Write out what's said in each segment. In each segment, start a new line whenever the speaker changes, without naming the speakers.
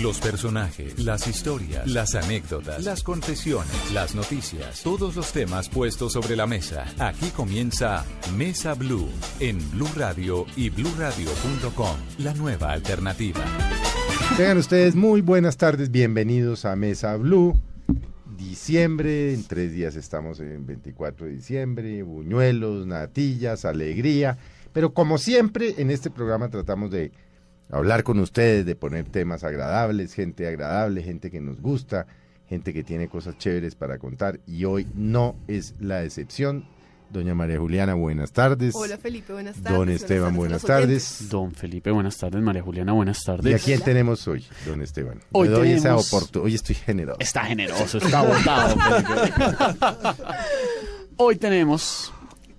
Los personajes, las historias, las anécdotas, las confesiones, las noticias, todos los temas puestos sobre la mesa. Aquí comienza Mesa Blue en Blue Radio y BlueRadio.com, la nueva alternativa.
Tengan ustedes muy buenas tardes, bienvenidos a Mesa Blue. Diciembre, en tres días estamos en 24 de diciembre, buñuelos, natillas, alegría. Pero como siempre, en este programa tratamos de hablar con ustedes, de poner temas agradables, gente agradable, gente que nos gusta, gente que tiene cosas chéveres para contar. Y hoy no es la excepción. Doña María Juliana, buenas tardes.
Hola Felipe, buenas tardes.
Don Esteban, buenas
a los oyentes.
tardes.
Don Felipe, buenas tardes. María Juliana, buenas
¿Y a
tardes.
quién tenemos hoy, don Esteban?
Hoy
Le doy esa
tenemos-
oportunidad. Hoy estoy generoso.
Está generoso, está votado. Hoy tenemos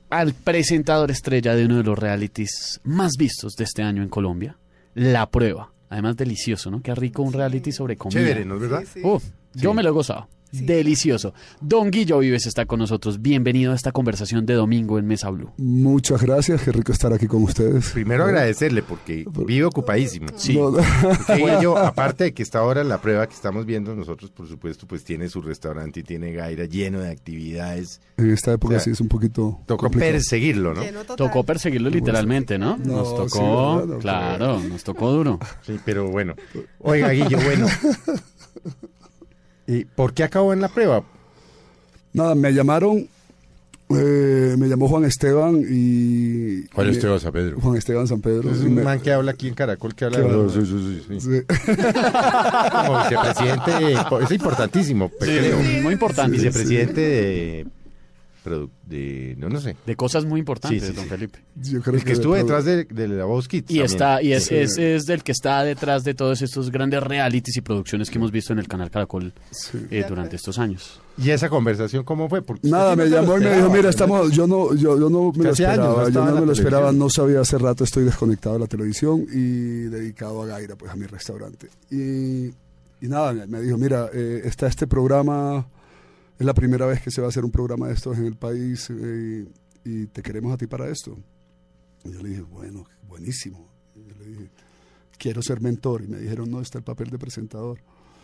al presentador estrella de uno de los realities más vistos de este año en Colombia, La Prueba. Además, delicioso, ¿no? Qué rico un reality sobre comida.
Chévere, ¿no es verdad?
Sí, sí.
Uh, Yo me lo he gozado. Delicioso. Don Guillo Vives está con nosotros. Bienvenido a esta conversación de domingo en Mesa Blue.
Muchas gracias, qué rico estar aquí con ustedes.
Primero agradecerle porque vive ocupadísimo.
No,
Porque ello, aparte de que está ahora la prueba que estamos viendo nosotros, por supuesto, pues tiene su restaurante y tiene Gaira lleno de actividades.
en esta
O
época
sea,
sí es un poquito
Tocó
complicado.
perseguirlo, ¿no?
Lleno total.
Tocó perseguirlo literalmente, ¿no?
No,
Nos
sí,
tocó,
¿verdad?
claro, nos tocó duro.
Sí, pero bueno. Oiga, Guillo, bueno. ¿Y por qué acabó en la prueba?
Nada, me llamaron, eh, me llamó Juan Esteban y... me-
San Pedro?
Juan Esteban San Pedro.
Es
y
un
me-
man que habla aquí en Caracol que habla
Claro.
de- sí, sí, sí, sí.
Sí.
Como vicepresidente, eh, es importantísimo, creo.
muy importante.
Vicepresidente de, produ- de- No, no sé.
De cosas muy importantes,
Sí, sí,
don
sí.
Felipe.
Yo creo
El que estuvo detrás de, de la voz Kids.
Y
también.
está, y es,
Sí.
es, es del que está detrás de todos estos grandes realities y producciones que hemos visto en el canal Caracol
Sí.
eh, durante estos años.
¿Y esa conversación cómo fue? Porque
Nada,
usted
me
sí no se lo
llamó y me dijo,
esperaba,
mira,
¿no?
estamos, yo no, yo, yo no me lo
Casi años, no
esperaba,
estaba
yo
en
no
la
me lo
televisión.
esperaba, no sabía, hace rato estoy desconectado de la televisión y dedicado a Gaira, pues a mi restaurante. Y, y nada, me- me dijo, mira, eh, está este programa, es la primera vez que se va a hacer un programa de estos en el país eh, y te queremos a ti para esto. Y yo le dije, bueno, buenísimo. Y yo le dije, quiero ser mentor. Y me dijeron, no, está el papel de presentador.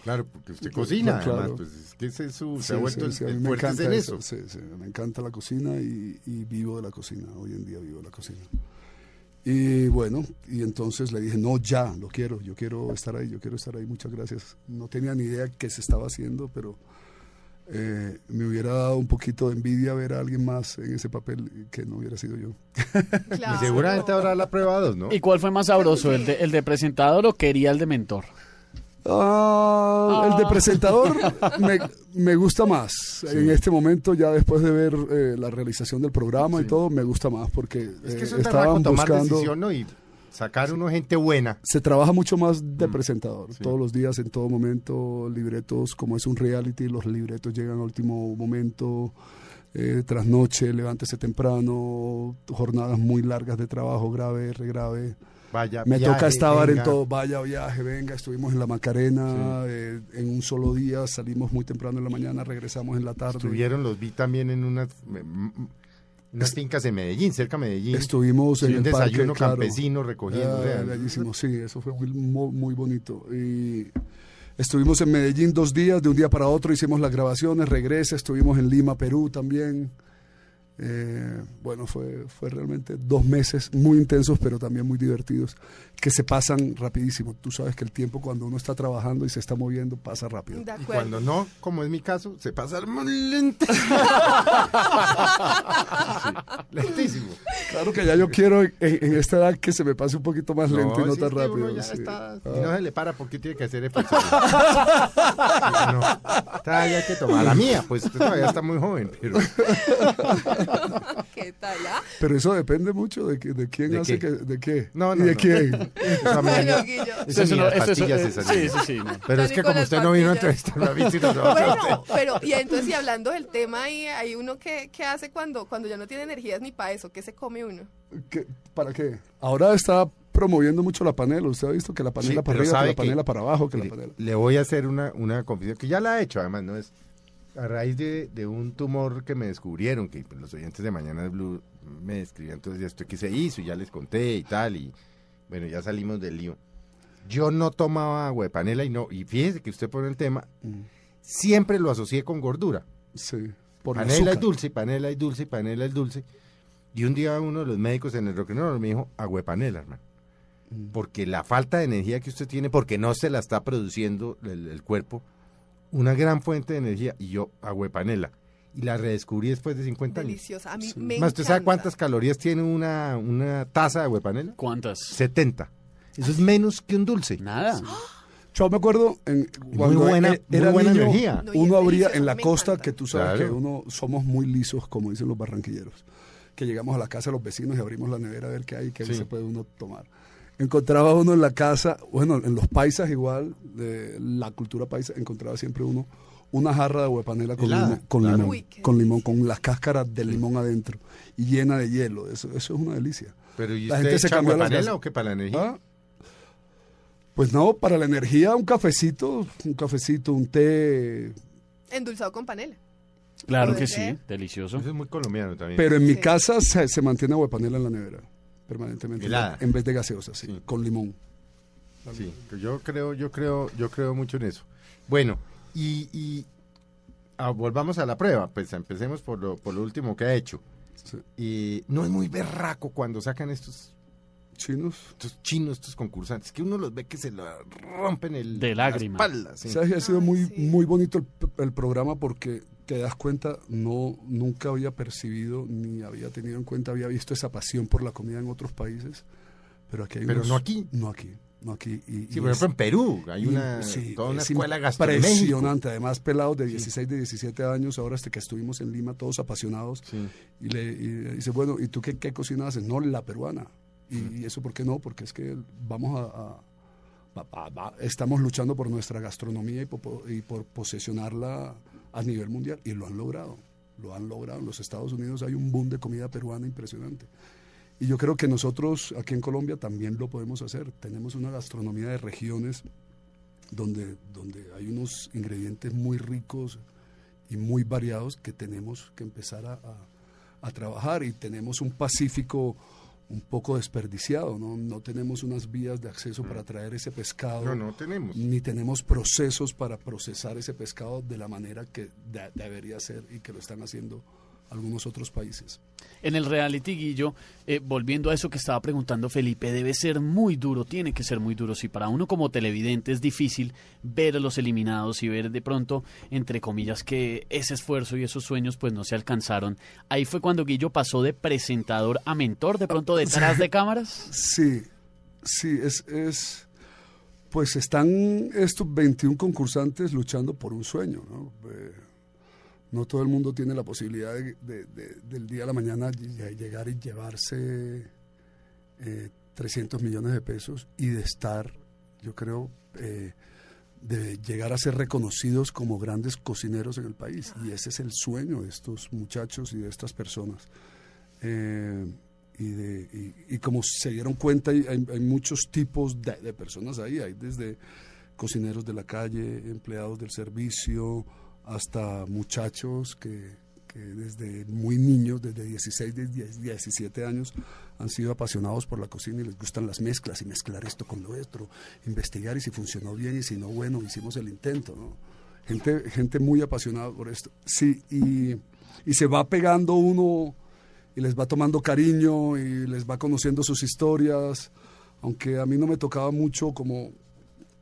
Claro, porque usted cocina,
Claro.
además, pues es que ese es su... se
Sí,
ha vuelto
sí, sí, a
el,
mí
el
me
fuerte es
encanta
en eso.
Sí, sí, me encanta la cocina y, y vivo de la cocina. Hoy en día vivo de la cocina. Y bueno, y entonces le dije, no, ya, lo quiero, yo quiero estar ahí, yo quiero estar ahí, muchas gracias. No tenía ni idea qué se estaba haciendo, pero eh, me hubiera dado un poquito de envidia ver a alguien más en ese papel que no hubiera sido yo.
Y
Claro.
seguramente habrá la prueba dos, ¿no?
¿Y cuál fue más sabroso, el de, el de presentador o quería el de mentor?
Ah, El de presentador me, me gusta más. En este momento, ya después de ver eh, la realización del programa y todo, me gusta más porque
Es que
eh,
eso es tan
estaban
con tomar
buscando.
decisión, ¿no? Y sacar uno gente buena.
Se trabaja mucho más
Mm.
de presentador, todos los días, en todo momento, libretos, como es un reality, los libretos llegan a último momento, eh, trasnoche, levántese temprano, jornadas muy largas de trabajo, grave, regrave.
Vaya,
Me
viaje,
toca estar en
venga.
todo, vaya viaje, venga, estuvimos en la Macarena, eh, en un solo día, salimos muy temprano en la mañana, regresamos en la tarde.
Estuvieron, los vi también en unas, mm, unas fincas en Medellín, cerca de Medellín.
Estuvimos
Sí,
en
un
el
desayuno
parque, claro.
campesino recogiendo. o sea,
Ah, bellísimo, sí, eso fue muy, muy- muy bonito. Y estuvimos en Medellín dos días, de un día para otro hicimos las grabaciones, regresa, estuvimos en Lima, Perú también. Eh, bueno, fue, fue realmente dos meses muy intensos, pero también muy divertidos, que se pasan rapidísimo. Tú sabes que el tiempo cuando uno está trabajando y se está moviendo pasa rápido.
De
y
acuerdo.
cuando no, como es mi caso, se pasa muy lento. lentísimo.
Claro que ya yo quiero en, en esta edad que se me pase un poquito más lento y no
sí,
tan
es que uno
rápido.
ya
sí.
está-
Ah.
Si no se le para, ¿por qué tiene que hacer esfuerzo? no, todavía hay que tomar la mía, pues usted todavía está muy joven, pero
¿Qué tal, ah?
Pero eso depende mucho de, que- de quién
¿De
hace
qué?
que, de qué.
No, no,
¿Y de
no.
quién?
Esa
Ay,
mañana-
Loquillo.
esa
Eso
ni
no,
las
eso-
pastillas
eso- eh,
se
sí,
salían.
sí, sí. no.
Pero es
Ni
que
con
como
las
usted no vino a
pastillas.
entrevistarme a mí, sino no,
Bueno, pero y entonces y hablando del tema ahí, hay uno que, que hace cuando, cuando ya no tiene energías ni para eso, ¿qué se come uno?
¿Qué- ¿Para qué? Ahora está promoviendo mucho la panela. Usted ha visto que la panela
Sí,
para
pero
arriba, que
sabe
la
que-
panela para abajo, que
Mire,
la panela.
Le voy a hacer una, una confesión, que ya la he hecho, además, no es a raíz de, de un tumor que me descubrieron, que pues, los oyentes de Mañana de Blue me escribían todos los días, "¿Usted ¿qué se hizo? Y ya les conté y tal, y bueno, ya salimos del lío. Yo no tomaba agua de panela y no, y fíjese que usted pone el tema, siempre lo asocié con gordura.
Sí. Por el
Panela es
azúcar.
dulce, panela es dulce, panela es dulce. Y un día uno de los médicos en el roquenero me dijo, agüe panela, hermano.
Mm.
Porque la falta de energía que usted tiene, porque no se la está produciendo el, el cuerpo, una gran fuente de energía. Y yo, agüe panela. Y la redescubrí después de 50 años.
Deliciosa. A mí me
Más, ¿usted sabe
encanta.
cuántas calorías tiene una, una taza de agüe panela?
¿Cuántas?
70. Eso es menos que un dulce.
Nada.
Yo me acuerdo en
Muy
cuando
buena,
e-
muy
era
buena
niño,
energía.
No, y
uno
es
abría
delicioso,
en
a
la
mí me
costa
encanta.
que tú sabes
Claro.
que uno somos muy lisos, como dicen los barranquilleros, que llegamos a la casa de los vecinos y abrimos la nevera a ver qué hay, qué
Sí.
se puede uno tomar. Encontraba uno en la casa, bueno, en los paisas igual, de la cultura paisa, encontraba siempre uno una jarra de huepanela con,
Helada,
limo- con
claro.
limón,
Uy, qué
con limón, con las cáscaras de limón adentro y llena de hielo. Eso, eso es una delicia.
Pero ¿y
La
usted
gente se
echa
cambió
agüe
las
panela
gas-
o qué para la energía?
Ah. Pues no, para la energía un cafecito, un cafecito, un té,
Endulzado con panela.
Claro
Puede
que sí,
ser.
delicioso.
Eso es muy colombiano también.
pero en mi
Sí.
casa se, se mantiene agua de panela en la nevera permanentemente,
Helada.
en vez de gaseosa, sí,
Sí.
con limón.
Sí, yo creo, yo creo, yo creo mucho en eso. Bueno, y, y, ah, volvamos a la prueba, pues empecemos por lo, por lo último que ha hecho.
Sí.
Y no es muy berraco cuando sacan estos,
Chinos,
estos chinos, estos concursantes, que uno los ve que se lo rompen el,
De lágrima.
la espalda. sí.
sabes que ha sido
Ay,
muy,
sí.
muy bonito el, el programa porque te das cuenta, no, nunca había percibido ni había tenido en cuenta, había visto esa pasión por la comida en otros países, pero aquí hay
Pero
unos-
no aquí.
no aquí, no aquí. y-
Sí,
y
por
es-
ejemplo, en Perú hay
Y-
una,
sí,
toda una
es
escuela gastronómica.
Impresionante, además pelados de 16, de 17 años, ahora hasta que estuvimos en Lima todos apasionados, y le y le dice, bueno, ¿y tú qué, qué cocina haces? No, la peruana. Y, y eso por qué no? Porque es que vamos a... a- va- va- va- estamos luchando por nuestra gastronomía y por, por- y por posesionarla a nivel mundial, y lo han logrado, lo han logrado. En los Estados Unidos hay un boom de comida peruana impresionante. Y yo creo que nosotros aquí en Colombia también lo podemos hacer. Tenemos una gastronomía de regiones donde, donde hay unos ingredientes muy ricos y muy variados que tenemos que empezar a, a- a trabajar y tenemos un Pacífico un poco desperdiciado, ¿no? No tenemos unas vías de acceso para traer ese pescado
No, no tenemos.
ni tenemos procesos para procesar ese pescado de la manera que de- debería ser y que lo están haciendo algunos otros países.
En el reality, Guillo, eh, volviendo a eso que estaba preguntando Felipe, debe ser muy duro, tiene que ser muy duro. Si para uno como televidente es difícil ver a los eliminados y ver de pronto, entre comillas, que ese esfuerzo y esos sueños pues no se alcanzaron. Ahí fue cuando Guillo pasó de presentador a mentor, de pronto detrás de cámaras.
Sí, sí, es, es. Pues están estos 21 concursantes luchando por un sueño, ¿no? Eh, no todo el mundo tiene la posibilidad de- de- de- del día a la mañana ll- llegar y llevarse eh, 300 millones de pesos y de estar, yo creo, eh, de llegar a ser reconocidos como grandes cocineros en el país. Y ese es el sueño de estos muchachos y de estas personas. Eh, y, de, y, y como se dieron cuenta, hay, hay- hay muchos tipos de, de personas ahí, hay desde cocineros de la calle, empleados del servicio, hasta muchachos que, que desde muy niños, desde 16, de 10, 17 años, han sido apasionados por la cocina y les gustan las mezclas y mezclar esto con lo otro, investigar y si funcionó bien y si no, bueno, hicimos el intento, ¿no? Gente, gente muy apasionada por esto. Sí, y, y se va pegando uno y les va tomando cariño y les va conociendo sus historias, aunque a mí no me tocaba mucho como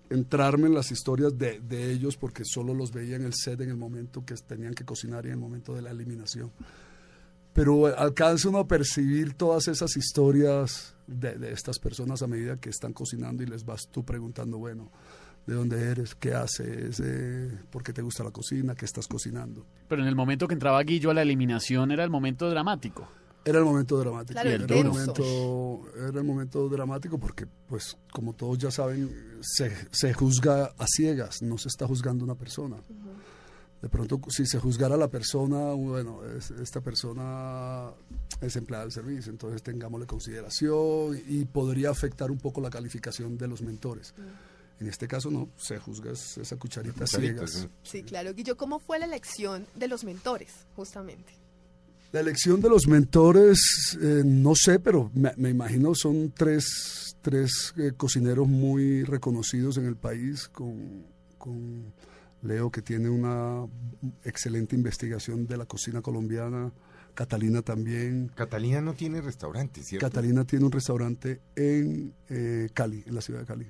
entrarme en las historias de, de ellos porque solo los veía en el set en el momento que tenían que cocinar y en el momento de la eliminación. Pero alcanza uno a percibir todas esas historias de, de estas personas a medida que están cocinando y les vas tú preguntando, bueno, de dónde eres, qué haces, eh, por qué te gusta la cocina, qué estás cocinando.
Pero en el momento que entraba Guillo a la eliminación era el momento dramático.
Era el momento dramático.
Claro,
era, el
intenso.
momento, era el momento dramático porque, pues, como todos ya saben, se, se juzga a ciegas, no se está juzgando una persona. De pronto, si se juzgara la persona, bueno, es- esta persona es empleada del servicio, entonces tengámosle consideración y podría afectar un poco la calificación de los mentores. pues, En este caso, no, se juzga es- esa cucharita, a
Cucharitas,
ciegas.
¿no?
Sí, claro. Guillo, ¿cómo fue la elección de los mentores, justamente?
La elección de los mentores, eh, no sé, pero me, me imagino son tres, tres eh, cocineros muy reconocidos en el país, con, con Leo que tiene una excelente investigación de la cocina colombiana, Catalina también.
Catalina no tiene restaurante, ¿cierto?
Catalina tiene un restaurante en eh, Cali, en la ciudad de Cali.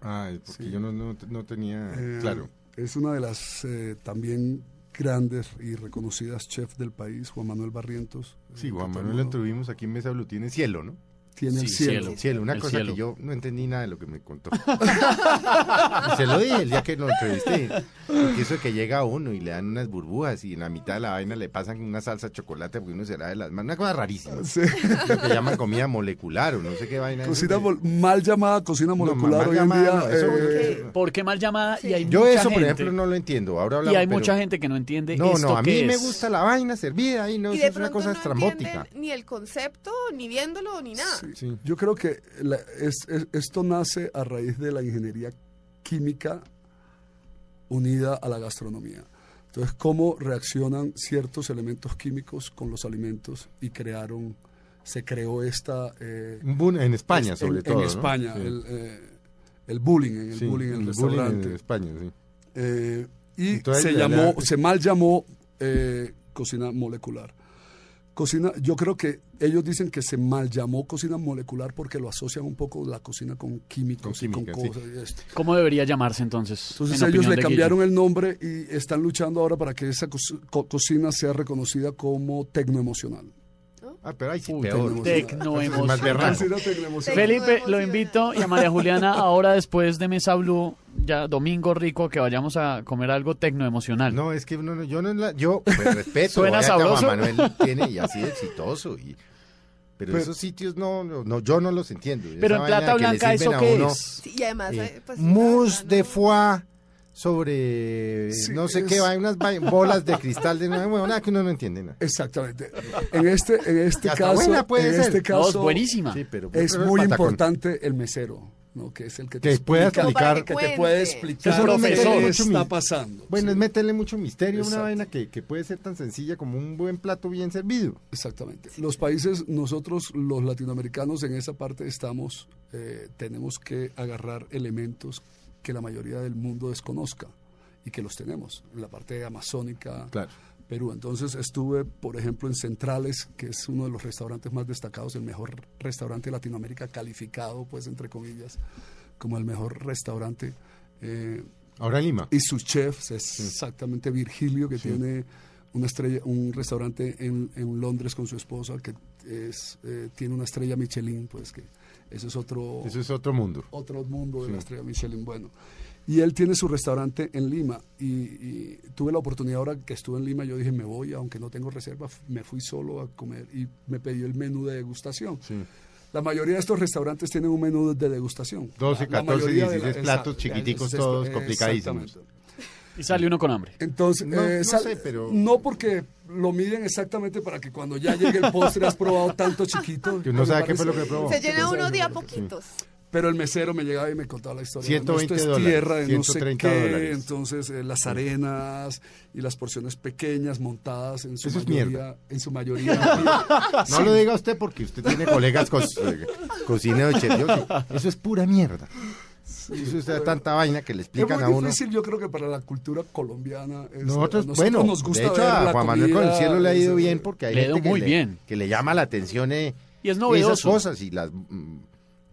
Ay, porque
Sí.
yo no, no- no tenía...
Eh,
claro.
Es una de las eh, también grandes y reconocidas chefs del país, Juan Manuel Barrientos.
Sí,
eh,
Juan
que todo el
Manuel lo
mundo
tuvimos aquí en Mesa Blue. Tiene cielo, ¿no?
Tiene el
Sí,
cielo.
cielo.
Cielo, una
El
cosa
cielo.
que yo no entendí nada de lo que me contó. Y se lo dije el día que lo entrevisté. Porque eso de que llega uno y le dan unas burbujas y en la mitad de la vaina le pasan una salsa de chocolate porque uno se la da de las manos. Una cosa rarísima.
Sí.
Lo que llaman comida molecular o no sé qué vaina.
Cocina
Eso de-
mol- mal llamada cocina
No,
molecular
mal
hoy en
llamada,
día.
no, eso-
eh,
eso-
Porque mal llamada y hay
Yo
mucha
eso, por
gente-
ejemplo, no lo entiendo.
y
Ahora hablamos,
hay
pero-
mucha gente que no entiende
No,
esto
no, a
qué
mí me
es.
gusta la vaina servida ahí, no
y
eso
de
es una
pronto
cosa
no
estrambótica.
entienden ni el concepto, ni viéndolo, ni nada.
sí.
Sí.
Yo creo que la- es- es- esto nace a raíz de la ingeniería química unida a la gastronomía. Entonces, cómo reaccionan ciertos elementos químicos con los alimentos y crearon, se creó esta... eh,
Un boom en España,
es-
sobre
en,
todo.
En
¿no?
España,
Sí.
el, eh, el bullying, en el
Sí,
bullying en el,
el bullying
restaurante.
en España, sí.
Eh, y
Entonces,
se
la-
llamó,
la-
se mal llamó eh, cocina molecular. Cocina, yo creo que ellos dicen que se mal llamó cocina molecular porque lo asocian un poco la cocina con químicos
Con
y
química,
con
sí.
cosas y esto.
¿Cómo debería llamarse entonces?
Entonces
en
ellos
opinión de
le
Guillo?
cambiaron el nombre y están luchando ahora para que esa cos- co- cocina sea reconocida como tecnoemocional.
Ah, pero ahí sí
Uy,
peor.
tenemos-
Entonces, más
Tecnoemocional.
berraco.
Cocina tecnoemocional.
Felipe, lo
Emocional.
invito y a María Juliana ahora después de Mesa Blue, ya domingo rico, que vayamos a comer algo tecnoemocional.
No, es que no, no, yo no la, yo pues, respeto.
Suena
vaya que Juan
sabroso.
Manuel tiene y así de exitoso y pero,
Pero-
esos sitios no, no, no, yo no los entiendo.
Pero
Esa
en
vaina
Plata
que le
Blanca,
sirven
¿eso
a
qué
uno,
es?
Sí, y además,
eh,
eh, pues,
mousse
nada,
de
¿no?
foie sobre
Sí,
no sé
es-
qué, va, unas vai- bolas de cristal de una huevona que uno no entiende nada.
Exactamente. En este, en este
Y hasta
caso,
buena puede
en
ser.
este
No,
caso
es buenísima.
Sí, pero
es
pero
muy
patacón.
importante el mesero, ¿no? que es el que te
Que pueda
explica,
explicar.
que te puede explicar
Es un profesor.
qué está pasando.
Bueno, es meterle mucho misterio a una
Exacto.
vaina que, que puede ser tan sencilla como un buen plato bien servido.
Exactamente. Los países, nosotros los latinoamericanos en esa parte estamos, eh, tenemos que agarrar elementos que la mayoría del mundo desconozca y que los tenemos en la parte amazónica,
Claro.
Perú. Entonces estuve, por ejemplo, en Centrales, que es uno de los restaurantes más destacados, el mejor restaurante de Latinoamérica calificado, pues entre comillas, como el mejor restaurante. eh,
Ahora Lima.
y su chef es exactamente Virgilio que tiene una estrella un restaurante en, en Londres con su esposa que es eh, tiene una estrella Michelin pues que eso es otro
Eso es otro mundo.
otro mundo de la estrella Michelin bueno y él tiene su restaurante en Lima y, y tuve la oportunidad ahora que estuve en Lima yo dije me voy aunque no tengo reserva f- me fui solo a comer y me pidió el menú de degustación
Sí.
la mayoría de estos restaurantes tienen un menú de degustación.
12,
La- la
14,
mayoría de la-
16 platos
exacto,
chiquiticos,
exacto,
todos complicadísimos.
exactamente.
Y sale uno con hambre.
Entonces,
No,
eh,
no
sal-
sé, pero-
no porque lo miden exactamente para que cuando ya llegue el postre has probado tanto chiquito.
Que uno
me
sabe qué fue
parece-
lo que probó.
Se llena
Entonces,
ah, uno de a
lo que-
poquitos.
Pero el mesero me llegaba y me contaba la historia.
120
Esto es
dólares,
tierra de no sé
130
qué,
dólares.
Entonces, eh, las arenas y las porciones pequeñas montadas en su
Eso es
mayoría.
mierda.
En su mayoría.
No lo diga usted porque usted tiene colegas co cocineros y chefs. Yo sí, Eso es pura mierda. Eso es tanta vaina que le
Es
explican a
muy
uno.
difícil, yo creo que para la cultura colombiana. es-
Nosotros,
a
bueno,
nos gusta
de hecho
ver
a
la
Juan Manuel con el
comida,
cielo le ha ido
es,
bien
eh,
porque hay
le ha ido
gente que,
muy
le,
bien.
que le llama la atención eh,
Y es
esas
novedoso.
cosas y las mm,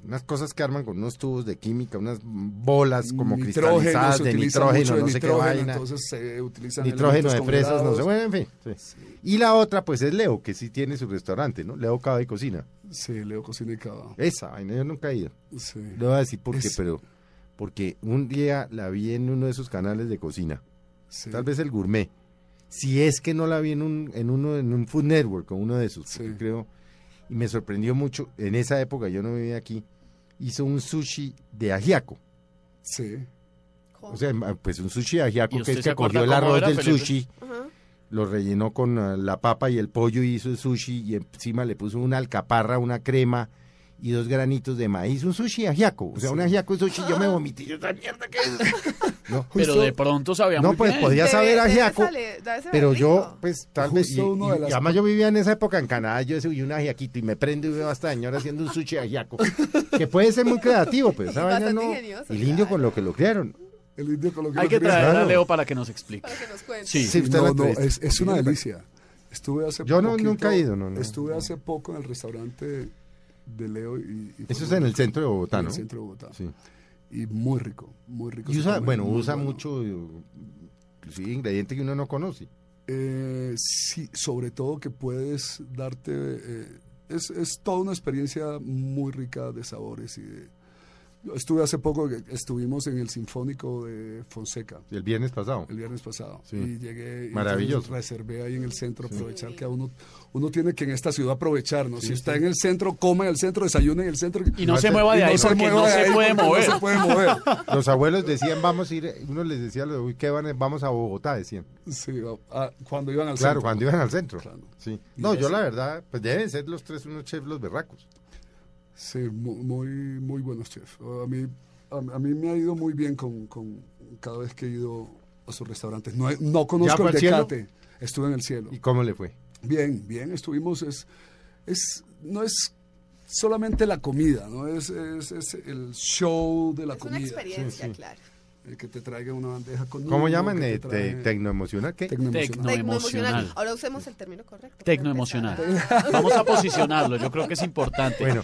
unas cosas que arman con unos tubos de química, unas bolas como
nitrógeno,
cristalizadas
se
de
utiliza
nitrógeno,
mucho de
no sé qué
nitrógeno,
vaina.
Entonces se utilizan
Nitrógeno
elementos
de fresas, no sé,
congelados.
bueno, en fin. sí. Y la otra, pues es Leo, que sí tiene su restaurante, ¿no? Leo Cava y Cocina.
Sí, Leo Cocina y Cava.
Esa vaina yo nunca he ido.
Sí.
No voy a decir por qué,
Es-
pero porque un día la vi en uno de sus canales de cocina,
Sí,
tal vez el gourmet. Si es que no la vi en un, en uno, en un Food Network o uno de sus,
Sí.
porque creo, y me sorprendió mucho, en esa época yo no vivía aquí, hizo un sushi de ajiaco.
sí.
O sea, ma- pues un sushi de
¿Y
ajiaco que
usted
es
se
que
acuerda
cogió el
cómo
arroz
era,
del
Felipe?
sushi, lo rellenó con ah, la papa y el pollo y hizo el sushi y encima le puso una alcaparra, una crema y dos granitos de maíz. Un sushi de ajiaco. O sea,
Sí.
un ajiaco de sushi. Yo me vomité. Yo, "Esta mierda que es? No,
Pero de pronto sabía
no
muy
pues
bien.
podía
Debe-
saber
debe
ajiaco.
sale- debe saber
Pero yo,
rico.
pues tal vez. Y,
Justo uno
y-
de las-
y además yo vivía en esa época en Canadá. Yo decía, uy, un ajiaquito y me prendo y veo a esta señora haciendo un sushi de ajiaco. que puede ser muy creativo, pero esa
Y
vaina
bastante
no.
ingenioso,
Y el indio
claro.
con lo que lo crearon.
El indio con lo que
Hay
lo
que
quería-
traer a
Claro.
Leo para que nos explique.
Para que nos cuente.
Sí.
Sí, usted la
no, no,
entrevista.
es, es una
Sí,
delicia. Estuve hace
Yo no-
poquito-
nunca he ido, no, no,
Estuve
no.
hace poco en el restaurante de Leo y... y
Eso es en el centro de Bogotá,
en
¿no?
el centro de Bogotá.
Sí.
Y muy rico, muy rico.
Y
se
usa,
come,
bueno,
muy
usa
bueno.
mucho, eh, inclusive ingrediente que uno no conoce.
Eh, sí, sobre todo que puedes darte... eh, es, es toda una experiencia muy rica de sabores y de... Yo Estuve hace poco, que estuvimos en el Sinfónico de Fonseca.
El viernes pasado.
el viernes pasado.
Sí.
Y llegué y
Maravilloso.
entonces reservé ahí en el centro, aprovechar que a uno, uno tiene que en esta ciudad aprovechar, ¿no? si está en el centro, come en el centro, desayuna en el centro.
Y no se mueva de
y
ahí porque
mueva
no
de
se
ahí
puede
porque
mover.
No se puede mover.
Los abuelos decían, vamos a ir, uno les decía, uy, ¿qué van? a- Vamos a Bogotá, decían.
Sí, a- a- cuando iban al
Claro,
centro.
cuando iban al centro.
Claro.
Sí.
Y
No,
ya
yo
sí.
la verdad, pues deben ser los tres unos chefs los berracos.
Sí, mu- muy, muy buenos chefs. A mí, a, a mí me ha ido muy bien con, con cada vez que he ido a sus restaurantes. No, he- no conozco
fue
el
al cielo?
Tecate. Estuve en el cielo.
¿Y cómo le fue?
Bien, bien, estuvimos, es, es, no es solamente la comida, no es, es, es el show de la
Es una
comida.
experiencia, claro.
El que te traiga una bandeja con
¿Cómo
humo,
llaman?
que te
eh, te-
traiga-
¿Tecnoemocional? ¿Qué?
Tecnoemocional.
Tecno- emocional.
Ahora usemos el término correcto. para
Tecno emocional. Vamos a posicionarlo, yo creo que es importante.
Bueno.